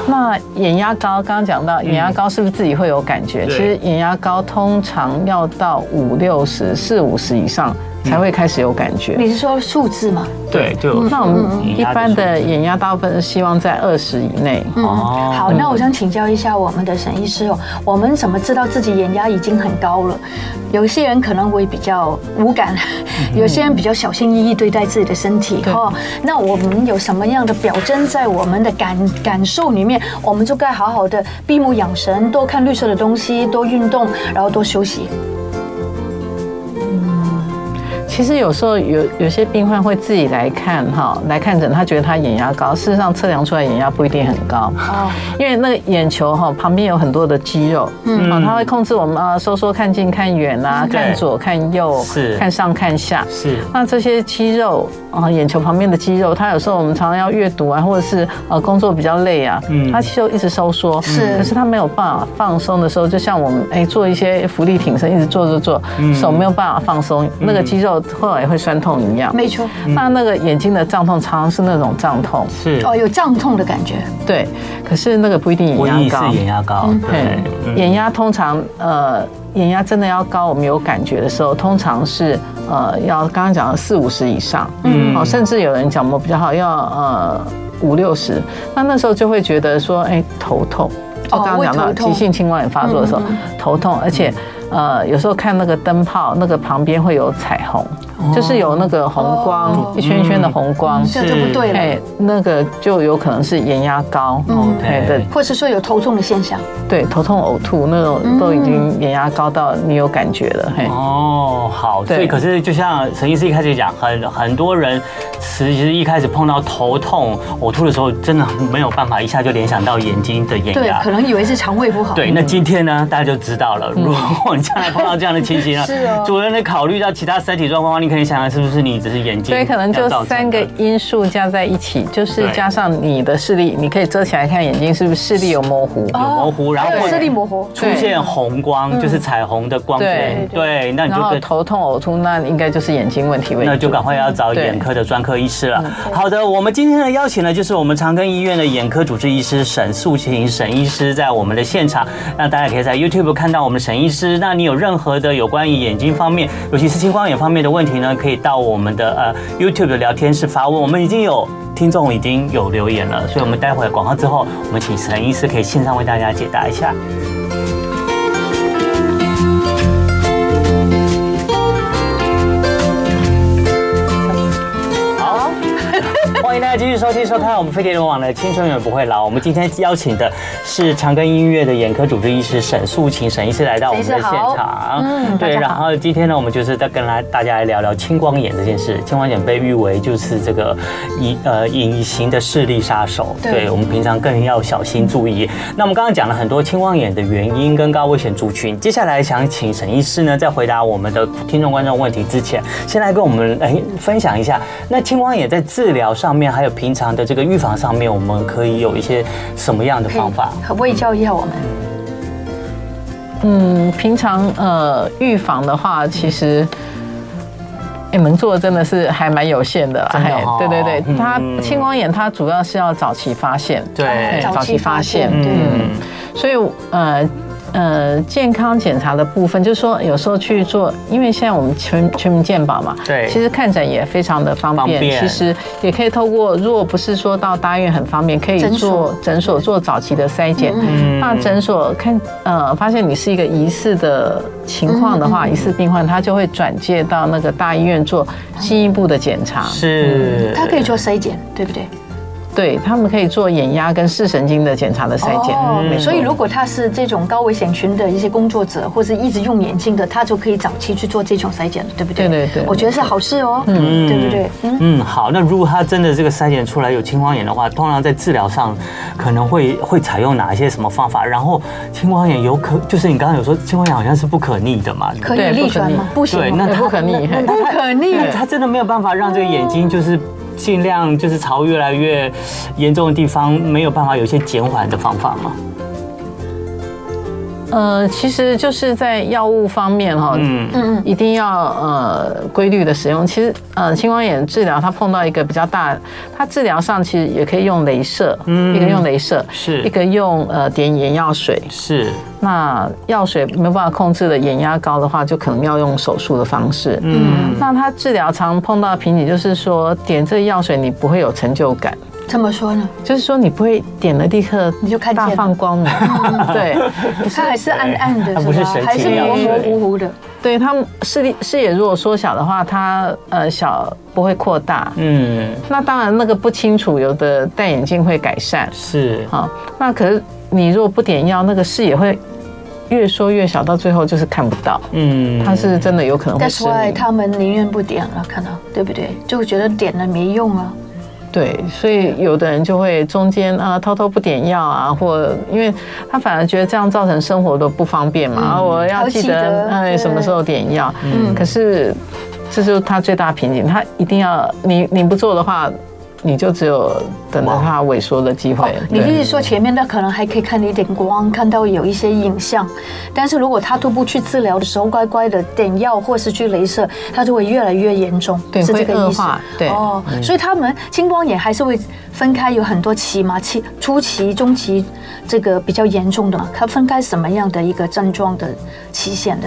D: 那眼压高，刚刚讲到眼压高是不是自己会有感觉？
C: 对
D: 其实眼压高通常要到五六十、四五十以上
C: 嗯
D: 才会开始有感觉。
B: 你是说数字吗？
C: 对，就有
D: 嗯那我们
C: 眼
D: 一
C: 压
D: 般的嗯
C: 数字
D: 眼压大部分是希望在二十以内。
C: 哦
B: 嗯好，那我想请教一下我们的沈医师哦，我们怎么知道自己眼压已经很高了？有一些人可能会比较无感，
C: 嗯
B: 有些人比较小心翼翼对待自己的身体
D: 对
B: 哦。那我们有什么样的表征在我们的感感受里面，我们就该好好的闭目养神，多看绿色的东西，多运动，然后多休息。
D: 其实有时候有有些病患会自己来看哈，来看诊，他觉得他眼压高，事实上测量出来眼压不一定很高。
B: 哦，
D: 因为那个眼球哈旁边有很多的肌肉，嗯，它会控制我们啊收缩、看近、看远啊，
C: 对
D: 看左、看右，
C: 是
D: 看上、看下。
C: 是
D: 那这些肌肉啊，眼球旁边的肌肉，它有时候我们常常要阅读啊，或者是呃工作比较累啊，
C: 嗯
D: 它肌肉一直收缩，
B: 是
D: 可是它没有办法放松的时候，就像我们哎做一些浮力挺身，一直做做做，手没有办法放松，那个肌肉后来会酸痛一样。
B: 没错，
D: 那那个眼睛的胀痛常常是那种胀痛，
C: 是，
B: 哦，有胀痛的感觉，
D: 对，可是那个不一定
C: 不
D: 眼
C: 一定
D: 压高
C: 是。眼压高，对
D: 对，，眼压通常呃，眼压真的要高，我们有感觉的时候，通常是呃要刚刚讲的四五十以上，嗯，哦，甚至有人讲我比较好，要呃五六十，那那时候就会觉得说，哎，头痛。就
B: 哦
D: 刚刚
B: 会
D: 讲到
B: 头痛嗯
D: 急性青光眼发作的时候，头痛，而且呃有时候看那个灯泡，那个旁边会有彩虹，
C: 嗯
D: 就是有那个红光，一圈一圈的红光，
B: 这就不对了，
D: 哎，那个就有可能是眼压高，
C: 哦
B: 嗯
D: 哎对
B: 或是说有头痛的现象。
D: 对，头痛呕吐那
B: 嗯
D: 种都已经眼压高到你有感觉了，嘿，
C: 哦，好，
D: 对
C: 所以可是就像陈医师一开始讲，很很多人其实一开始碰到头痛、呕吐的时候，真的没有办法一下就联想到眼睛的眼
B: 对，
C: 压
B: 可。能以为是肠胃不好。
C: 对，那今天呢，大家就知道了。如果你将来碰到这样的情形呢，
B: 是哦
C: 主任，你考虑到其他身体状况的话，你可以想想是不是你只是眼睛
D: 所以可能就
C: 要造成的
D: 三个因素加在一起，就是
C: 对
D: 加上你的视力，你可以遮起来看眼睛是不是视力有模糊，
B: 哦，
C: 模糊然后
B: 还有
C: 会
B: 视力模糊。
C: 出现红光，就是彩虹的光
D: 对
C: 线。对，那你
D: 然
C: 就
D: 后
C: 跟
D: 头痛呕吐，那应该就是眼睛问题为主。
C: 那就赶快要找
D: 对
C: 眼科的专科医师了。好的，我们今天的邀请呢，就是我们长庚医院的眼科主治医师沈素琴沈医师在我们的现场。那大家也可以在 YouTube 看到我们沈医师。那你有任何的有关于眼睛方面，尤其是青光眼方面的问题呢，可以到我们的呃 YouTube 的聊天室发问。我们已经有听众已经有留言了，所以我们待会儿广告之后，我们请沈医师可以线上为大家解答一下。好， [LAUGHS] 欢迎大家继续收听收看我们飞碟人网的《青春永远不会老》。我们今天邀请的是长庚医院的眼科主治医师沈素琴沈医师来到我们的现
B: 沈医师
C: 场。嗯，对，
B: 大家
C: 然
B: 好
C: 后今天呢，我们就是在跟来大家来聊聊青光眼这件事。青光眼被誉为就是这个隐呃隐形的视力杀手，
B: 对
C: 我们平常更要小心注意。那我们刚刚讲了很多青光眼的原因跟高危险族群，接下来想请沈医师呢，在回答我们的听众观众问题之前，先来跟我们哎分享一下，那青光眼在治疗上面，还有平常的这个预防上面，我们可以有一些什么样的
B: 可以
C: 方法？，
B: 卫教一下我们。
D: 嗯，平常呃预防的话，其实。哎，能做的真的是还蛮有限的啦，
C: 真的
D: 嘿
C: 哦
D: 对对对，
C: 嗯
D: 它青光眼它主要是要早期发现，
C: 对
D: 嘿
B: 早期发现
D: 嗯
B: 对，
D: 所以呃呃，健康检查的部分，就是说有时候去做，因为现在我们全全民健保嘛，
C: 对
D: 其实看诊也非常的方
C: 方
D: 便。
C: 便
D: 其实也可以透过，如果不是说到大医院很方便，可以
B: 诊所嗯
D: 做诊所做早期的筛检。那诊所看呃发现你是一个疑似的情况的话，
B: 嗯
D: 疑似病患，他就会转介到那个大医院做进一步的检查。
C: 是，
B: 它可以做筛检，对不对？
D: 对他们可以做眼压跟视神经的检查的筛检。嗯
B: 哦所以如果他是这种高危险群的一些工作者，或是一直用眼镜的，他就可以早期去做这种筛检了，对不对？
D: 对对对
B: 我觉得是好事哦，嗯，对不对？嗯，
C: 嗯，好。那如果他真的这个筛检出来有青光眼的话，通常在治疗上可能会会采用哪一些什么方法？然后青光眼有可就是你刚刚有说青光眼好像是不可逆的嘛，
B: 可以
D: 对
B: 逆
D: 不可
B: 转
D: 逆
B: 吗？不行
C: 对
B: 哦，
C: 那
D: 也
C: 他
D: 不可逆，嘿
B: 不可逆。哦
C: 那他真的没有办法让这个眼睛就是尽量就是朝越来越严重的地方，没有办法有一些减缓的方法吗？
D: 呃，其实就是在药物方面哈，
C: 嗯
D: 嗯嗯，一定要呃规律的使用。其实呃，青光眼治疗它碰到一个比较大，它治疗上其实也可以用镭射，
C: 嗯
D: 一个用镭射，
C: 是
D: 一个用呃点眼药水。
C: 是，
D: 那药水没有办法控制的眼压高的话，就可能要用手术的方式。
C: 嗯，
D: 那它治疗常碰到的瓶颈就是说，点这个药水你不会有成就感。
B: 怎么说呢？
D: 就是说，你不会点了立刻
B: 你就看见
D: 大
B: 了
D: 放光
B: [LAUGHS]
D: 明，对，
B: 它还是暗暗的，
C: 它不是
B: 吧
C: 神奇
B: 还是
C: 药
B: 模模
C: 水
B: 糊糊的。
D: 对他们视力视野如果缩小的话，它呃小不会扩大。
C: 嗯，
D: 那当然那个不清楚，有的戴眼镜会改善
C: 是，
D: 啊、那可是你如果不点药，那个视野会越缩越小，到最后就是看不到。
C: 嗯，
D: 它是真的有可能会
B: That's
D: 失
B: why
D: 明。
B: 他们宁愿不点了，可能对不对？就觉得点了没用啊。
D: 对，所以有的人就会中间啊偷偷不点药啊，或因为他反而觉得这样造成生活的不方便嘛，啊我要记
B: 嗯要记得
D: 得哎
B: 对嗯
D: 什么时候点药，嗯可是这就是他最大瓶颈，他一定要你你不做的话，你就只有等着它萎缩的机会。
B: 你
D: 对
B: 意思说前面他可能还可以看一点光，看到有一些影像，但是如果他都不去治疗的时候，乖乖的点药或是去镭射，他就会越来越严重，
D: 对
B: 是这个
D: 会恶
B: 意思
D: 化。对嗯
B: 哦，所以他们青光眼还是会分开有很多期嘛，期初期、中期，这个比较严重的嘛，它分开什么样的一个症状的期限的？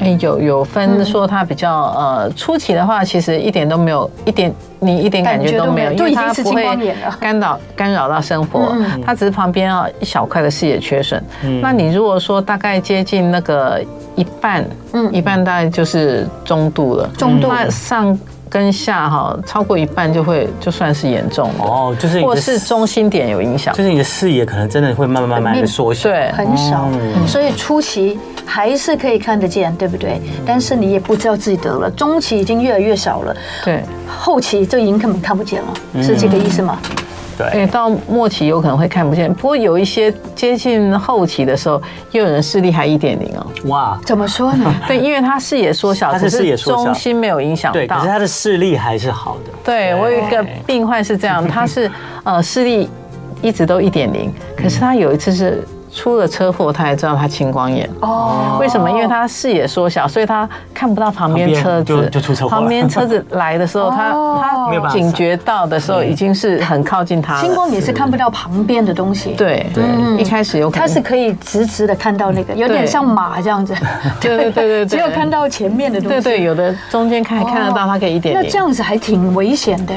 D: 哎，有有分说它比较呃初期的话，其实一点都没有，一点你一点感觉都没有，
B: 感觉都没有
D: 因为它
B: 都已经是
D: 不会
B: 青光眼了
D: 干扰干扰到生活，它只是旁边啊一小块的视野缺损。
C: 嗯
D: 那你如果说大概接近那个一半，嗯，一半大概就是中度了，
B: 中度
D: 那上。跟下哈，超过一半就会就算是严重的
C: 哦就是你的
D: 或是中心点有影响
C: 就，是你的视野可能真的会慢慢慢慢的缩小。
D: 对哦
B: 很少，
C: 嗯
B: 所以初期还是可以看得见，对不对？但是你也不知道自己得了，中期已经越来越少了，
D: 对。
B: 后期就已经根本看不见
D: 嗯
B: 了，是这个意思吗？
C: 对
D: 哎，到末期有可能会看不见，不过有一些接近后期的时候，也有人视力还一点零哦。
C: 哇，
B: 怎么说
D: [LAUGHS]
B: 呢？
D: 对，因为他视野缩小，
C: 哎他是
D: 只
C: 视野缩小
D: 中心没有影响
C: 对，可
D: 到
C: 是。他的视力还是好的。
D: 对我有一个病患是这样，他是呃视力一直都一点零，可是他有一次是出了车祸，他才知道他青光眼。
B: 哦，
D: 为什么？因为他视野缩小，所以他看不到旁边车
C: 旁边就
D: 子，
C: 就出车祸了
D: [LAUGHS] 旁边车子来的时候，他
B: 哦
C: 没有办法
D: 他警觉到的时候，已经是很靠近他了。
B: 星光也是看不到旁边的东西，，
D: 对
C: 嗯
D: 对，一开始有可
B: 它
D: 能
B: 是可以直直的看到那个，有点
D: 对
B: 像马这样子，
D: 对对对 [LAUGHS] 对对
B: 只有看到前面的东
D: 对
B: 西，
D: 对，有的中间看
B: 哦，
D: 看得到，它可以一点
B: 那
D: 零。
B: 这样子还挺危险的，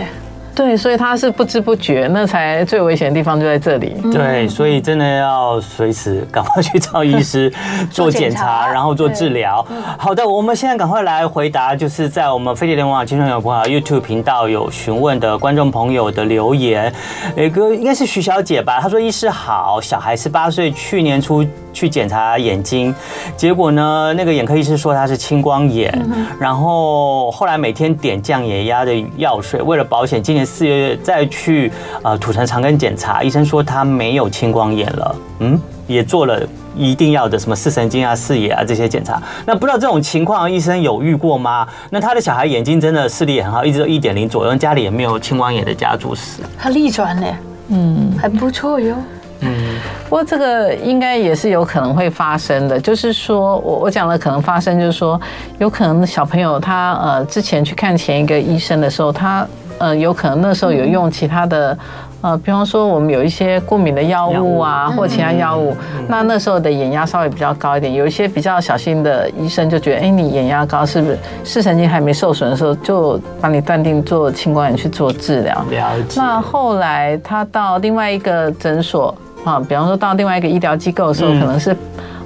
D: 对，所以它是不知不觉，那才最危险的地方就在这里。
C: 对，所以真的要随时赶快去找医师 [LAUGHS] 做检
B: 检查
C: 查，然后做治疗。好的，我们现在赶快来回答，就是在我们飞碟联网青春有朋友 YouTube 频道有询问的观众朋友的留言。有一个应该是徐小姐吧，她说：“医师好，小孩十八岁，去年初去检查眼睛，结果呢，那个眼科医师说他是青光眼，然后后来每天点降眼压的药水，为了保险，今年四月再去呃土城长庚检查，医生说他没有青光眼了，嗯，也做了一定要的什么视神经啊、视野啊这些检查。那不知道这种情况医生有遇过吗？那他的小孩眼睛真的视力也很好，一直都一点零左右，家里也没有青光眼的家族史。
B: 它逆转呢，嗯，很不错哟，
D: 不过这个应该也是有可能会发生的，就是说我我讲的可能发生，就是说有可能小朋友他呃之前去看前一个医生的时候，他呃有可能那时候有用其他的。呃，比方说我们有一些过敏的药物啊，或其他药物，那那时候的眼压稍微比较高一点，有一些比较小心的医生就觉得，哎，你眼压高是不是视神经还没受损的时候，就把你断定做青光眼去做治疗。
C: 了解
D: 那后来他到另外一个诊所啊，比方说到另外一个医疗机构的时候，
C: 嗯
D: 可能是。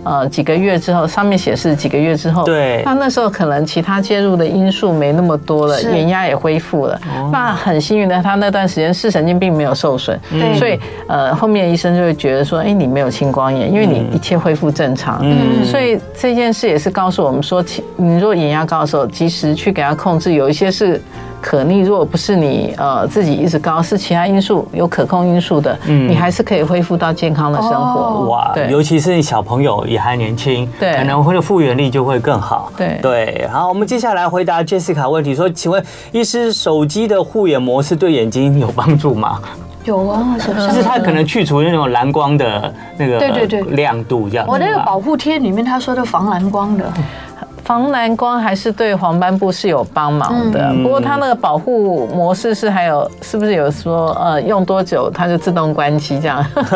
D: 呃，几个月之后，上面显示几个月之后，
C: 对
D: 那那时候可能其他介入的因素没那么多了，
B: 是
D: 眼压也恢复了。
C: 哦
D: 那很幸运的，他那段时间视神经并没有受损，
B: 对
D: 嗯所以呃，后面医生就会觉得说，哎，你没有青光眼，因为你
B: 嗯
D: 一切恢复正常。
C: 嗯
D: 所以这件事也是告诉我们说，其你若眼压高的时候，及时去给它控制，有一些是可逆，如果不是你呃自己一直高，是其他因素有可控因素的，你还是可以恢复到健康的生活。
B: 嗯哦
C: 哇，
D: 对
C: 尤其是小朋友也还年轻，
D: 对
C: 可能会的复原力就会更好。
D: 对
C: 对，好，我们接下来回答 Jessica 问题，说，请问医师，手机的护眼模式对眼睛有帮助吗？
B: 有啊，
D: 嗯
B: 小
C: 就
B: 象
C: 是它可能去除那种蓝光的那个
B: 对对对
C: 亮度这样子吧。
B: 我那个保护贴里面他说的防蓝光的，
D: 防蓝光还是对黄斑部是有帮忙的，
B: 嗯
D: 不过它那个保护模式是还有是不是有说呃用多久它就自动关
B: [LAUGHS]
D: 机这样？ [LAUGHS]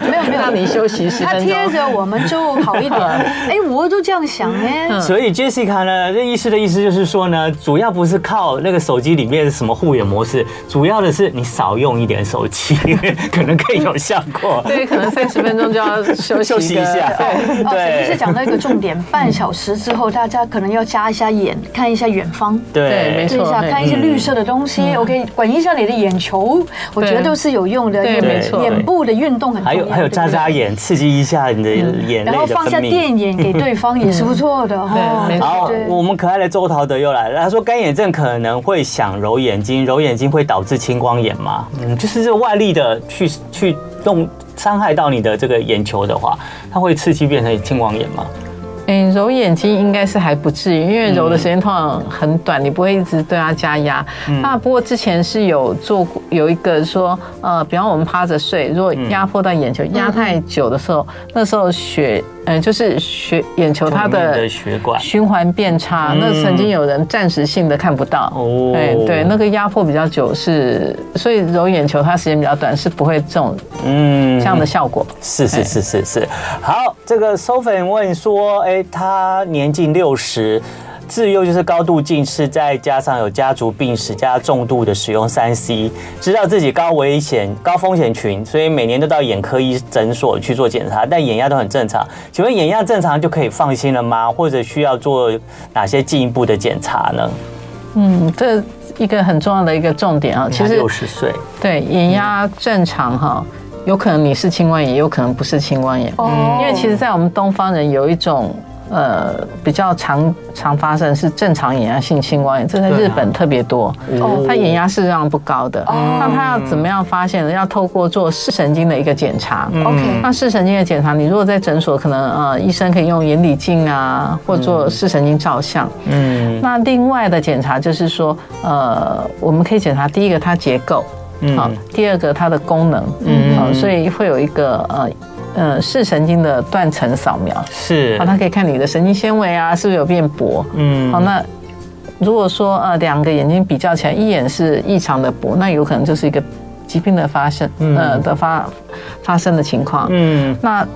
B: 没有没有
D: 让你休息十
B: 它
D: 分
B: 贴
D: 钟。
B: 着我们就好
D: [LAUGHS]
B: 一点。哎，我就这样想哎，
D: 嗯
C: 所以 Jessica 呢，这医师的意思就是说呢，主要不是靠那个手机里面什么护眼模式，主要的是你少用一点手机， [LAUGHS] 可能更有效果。
D: 对，可能三十分钟就要休息个
C: 休息一下，
D: 对
B: 哦，沈医师
C: 对
B: 讲到一个重点，半小时之后大家可能要加一下眼，看一下远方。
D: 对没
B: 对一
D: 错
B: 下
D: 对
B: 看一些绿色的东西、o k 管一下你的眼球，我觉得都是有用的。
D: 对
B: 眼
D: 没错
B: 眼部的运动很重要。
C: 还有还
B: 对
C: 有
B: 不对
C: 眨眨，眼，刺激一下你的眼泪
B: 然后
C: 的
B: 放下
C: 分泌。
B: 电眼给对方也是不错的哦。
D: 没错
C: 好
B: 对，
C: 我们可爱的周陶德又来了。他说干眼症可能会想揉眼睛，揉眼睛会导致青光眼吗？嗯，就是这外力的去去动伤害到你的这个眼球的话，它会刺激变成青光眼吗？
D: 嗯，揉眼睛应该是还不至于，因为揉的时间通常很短，你不会一直对它加压。
C: 嗯
D: 那不过之前是有做过有一个说，
C: 嗯
D: 呃，比方我们趴着睡，如果压迫到眼球压太久的时候，那时候血呃，就是血眼球它
C: 里面
D: 的
C: 的血管嗯
D: 循环变差，那曾经有人暂时性的看不到。
C: 哦
D: 对对，那个压迫比较久是，所以揉眼球它时间比较短，是不会这种
C: 嗯，
D: 这样的效果。
C: 是是是是是，好，这个 Sophie 问说，哎，他年近六十，自幼就是高度近视，再加上有家族病史，加重度的使用三 C，知道自己高危险、高风险群，所以每年都到眼科医诊所去做检查，但眼压都很正常。请问眼压正常就可以放心了吗？或者需要做哪些进一步的检查呢？
D: 嗯，这一个很重要的一个重点啊，其实
C: 六十岁，
D: 对眼压正常哈，有可能你是青光眼，也有可能不是青光眼。
B: 哦
D: 因为其实，在我们东方人有一种呃比较常常发生是正常眼压性青光眼，这在
C: 对啊
D: 日本特别多。
B: 哦
D: 它眼压事实上不高的，那它要怎么样发现呢？要透过做视神经的一个检查。
B: 嗯
D: 嗯
B: OK
D: 那视神经的检查，你如果在诊所，可能呃医生可以用眼底镜啊，或
B: 嗯
D: 做视神经照相。
C: 嗯
D: 那另外的检查就是说，呃，我们可以检查第一个它结构，
C: 嗯
D: 好、第二个它的功能，嗯，好、所以会有一个呃呃视神经的断层扫描，
C: 是
D: 好，它可以看你的神经纤维啊是不是有变薄，
C: 嗯
D: 好，那如果说呃两个眼睛比较起来，一眼是异常的薄，那有可能就是一个疾病的发生，呃的发发生的情况，
C: 嗯
D: 那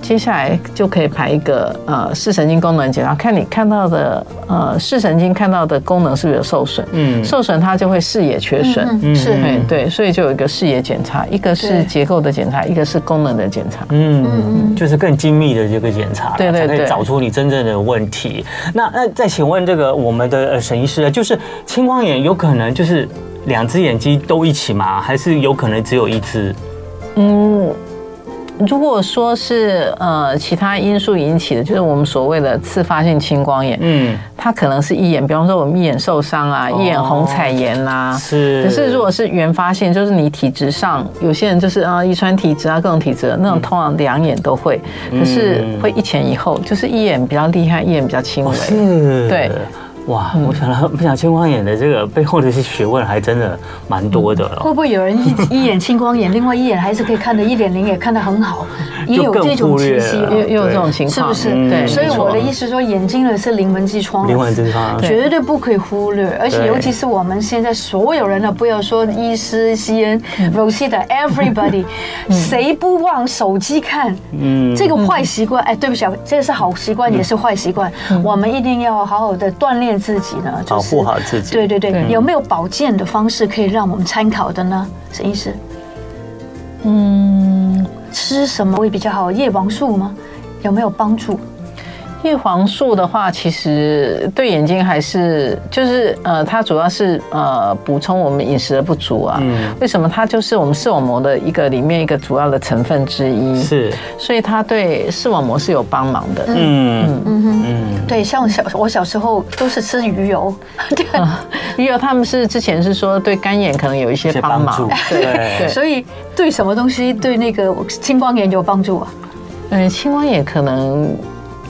D: 接下来就可以排一个呃视神经功能检查，看你看到的呃视神经看到的功能是不是有受损，
C: 嗯
D: 受损它就会视野缺损。
B: 嗯嗯是
D: 对对，所以就有一个视野检查，一个是
B: 对
D: 结构的检查，一个是功能的检查。
C: 嗯，就是更精密的这个检查啦，
D: 对对
C: 才可以
D: 对
C: 找出你真正的问题。那那再请问这个我们的呃沈医师，就是青光眼有可能就是两只眼睛都一起吗？还是有可能只有一只？
B: 嗯
D: 如果说是呃其他因素引起的，就是我们所谓的次发性青光眼，
C: 嗯，哦
D: 它可能是一眼，比方说我们一眼受伤啊，一眼红彩炎啊，
C: 是。
D: 可是如果是原发性，就是你体质上，有些人就是啊，遗传体质啊，各种体质，那种通常两眼都会，可是会一前一后，就是一眼比较厉害，一眼比较轻微。
C: 哦是，
D: 对。嗯
C: 哇，我想到，我想青光眼的这个背后的学问还真的蛮多的哦。
B: 会不会有人一一眼青光眼，另外一眼还是可以看得一点零，也看得很好，也
C: 就
B: 有
C: 更
B: 这种
C: 忽略
B: 气息
C: 了
B: 哦，
D: 也也有这种情
B: 是不
D: 况，
B: 是？嗯
D: 对，
B: 所以
D: 没错
B: 我的意思说，眼睛呢是临门之
D: 嗯
B: 窗，
C: 灵魂之窗，
B: 绝对不可以忽略，而且
C: 对
B: 尤其是我们现在所有人呢，不要说医师、西恩、Rosita，everybody，谁
C: [LAUGHS] 嗯
B: 不往手机看？嗯，这个坏习惯，哎，对不起，啊，这个是好习惯，也是坏习惯，我们一定要好好的锻炼自己呢，
C: 保
B: 就是
C: 护嗯好自己。
B: 对对对，有没有保健的方式可以让我们参考的呢？沈医师，嗯，吃什么会比较好？叶黄素吗？有没有帮助？
D: 叶黄素的话，其实对眼睛还是就是呃，它主要是呃补充我们饮食的不足啊。为什么它就是我们视网膜的一个里面一个主要的成分之一？，
C: 是，
D: 所以它对视网膜是有帮忙的。
C: 嗯
B: 对，像我小我小时候都是吃鱼油， [LAUGHS] 对，
D: 鱼油他们是之前是说对干眼可能有一些
C: 一些
D: 帮
C: 帮助
D: 忙，对
C: 对
D: 对，
B: 所以对什么东西对那个青光眼有帮助啊？
D: 嗯，青光眼可能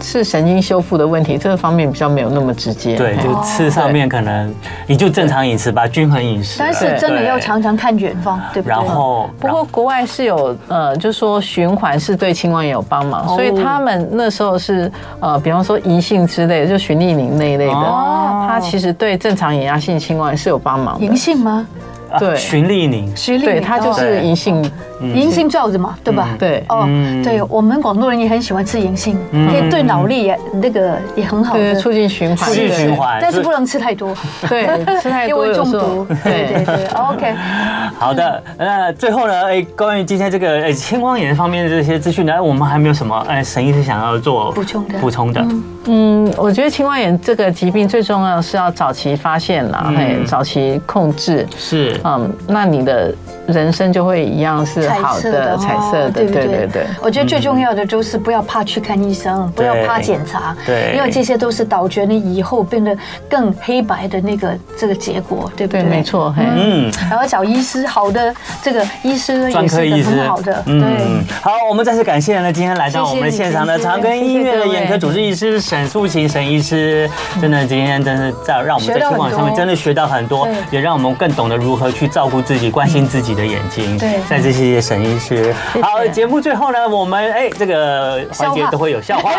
D: 是神经修复的问题，这个方面比较没有那么直接。
C: 对，
D: 嘿
C: 就吃上面可能你就正常饮食吧，均衡饮食啊。
B: 但是真的
C: 对
B: 要常常看远方，对不对？
C: 然后，
D: 不过国外是有呃，就说循环是对青光眼有帮忙，所以他们那时候是呃，比方说银杏之类，就循利宁那一类的，
C: 哦
D: 它其实对正常眼压性青光眼是有帮忙的
B: 银。杏吗？
C: 啊
D: 对
C: 循利宁
B: 徐丽，
D: 对，它就
B: 哦
D: 是银杏，嗯
B: 银杏罩子嘛，对吧？
D: 对
B: 哦，
C: 嗯
B: 对我们广东人也很喜欢吃银杏，可以对脑力也那个也很好
D: 对，
B: 的
D: 促进循
C: 哦
D: 环，
C: 促进
D: 对
C: 嗯循环
B: 但是不能吃太多，
D: 对，吃太
B: [LAUGHS] 因
D: 多
B: 为
D: 有
B: 中
D: 时
B: 毒
D: 候。
B: 对对对，OK，
C: [LAUGHS] 好的，
B: 嗯
C: 那最后呢？哎，关于今天这个哎青光眼方面的这些资讯呢，哎我们还没有什么哎沈医师想要做
B: 补充的
C: 补充的，
D: 嗯，我觉得青光眼这个疾病最重要的是要早期发现
C: 嗯
D: 啦，嘿、早期控制。
C: 是
D: 嗯，那你的人生就会一样是好的、彩色的，
B: 哦对不
D: 对对
B: 对
D: 对。
B: 我觉得最重要的就是不要怕去看医生，不要怕检查，
C: 对
B: 因为这些都是导致你以后变得更黑白的那个这个结果，对不对？
D: 对，没。错，嘿，
C: 嗯。
B: 然后找医师，好的这个医师呢
C: 专
B: 也
C: 科
B: 是
C: 医
B: 一个
C: 师嗯
B: 很好的，对。，
C: 好，我们再次感谢呢，今天来到
B: 谢谢
C: 我们的现场的
B: 你谢谢
C: 长庚医院的
D: 谢谢各位
C: 眼科主治医师沈素琴沈医师，真的今天真是在让我们在
B: 学到
C: 推广
B: 很
C: 上面
B: 多
C: 真的学到很多
B: 对，
C: 也让我们更懂得如何何去照顾自己、关心自己的眼睛。
B: 对
C: 再次谢谢沈医师。好，节目最后呢，我们哎这个环节
B: 笑话
C: 都会
B: [LAUGHS]
C: 有笑话，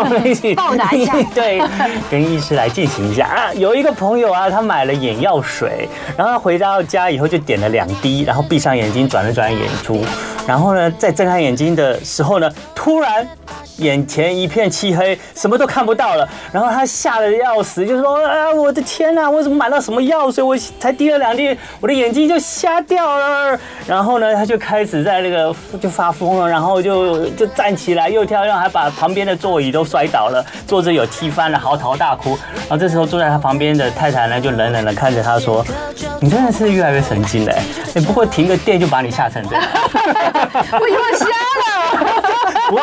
C: 我们一起
B: 报答一下
C: [LAUGHS] 对，跟医师来进行一下啊。有一个朋友啊，他买了眼药水，然后他回到家以后就点了两滴，然后闭上眼睛转了转眼珠，然后呢，在睁开眼睛的时候呢，突然。眼前一片漆黑，什么都看不到了。然后他吓得要死，就说：“啊，我的天呐、我怎么买到什么药水？我才滴了两滴，我的眼睛就瞎掉了。”然后呢，他就开始在那个就发疯了，然后就就站起来又跳又还把旁边的座椅都摔倒了，桌子有踢翻了，嚎啕大哭。然后这时候坐在他旁边的太太呢，就冷冷的看着他说：“你真的是越来越神经了、欸，哎不过停个电就把你吓成这样。”
B: 我以为瞎了，
C: 哇，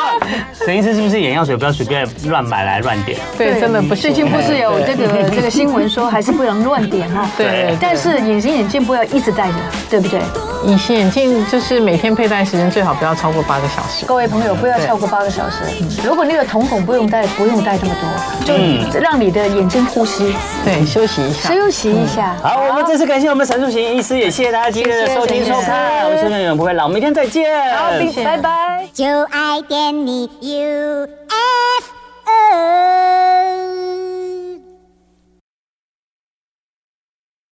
C: 沈医师是不是眼药水不要随便乱买来乱点？
D: 对，真的不行。
B: 最近不是有这个这个新闻说还是不能乱点哈。
D: 对对对
B: 但是隐形眼镜不要一直戴着，对不对？
D: 隐形眼镜就是每天佩戴时间最好不要超过八个小时。
B: 各位朋友，不要超过八个小时。如果你有瞳孔，不用戴，不用戴这么多，就让你的眼睛呼吸，
D: 对，休息一下。
B: 休息一下。
C: 好，我们这次感谢我们陈树行医师，也谢谢大家今天的收听收看，我们永远不会老，我们明天再见。
B: 好，拜拜。
E: 就爱点你 UFO。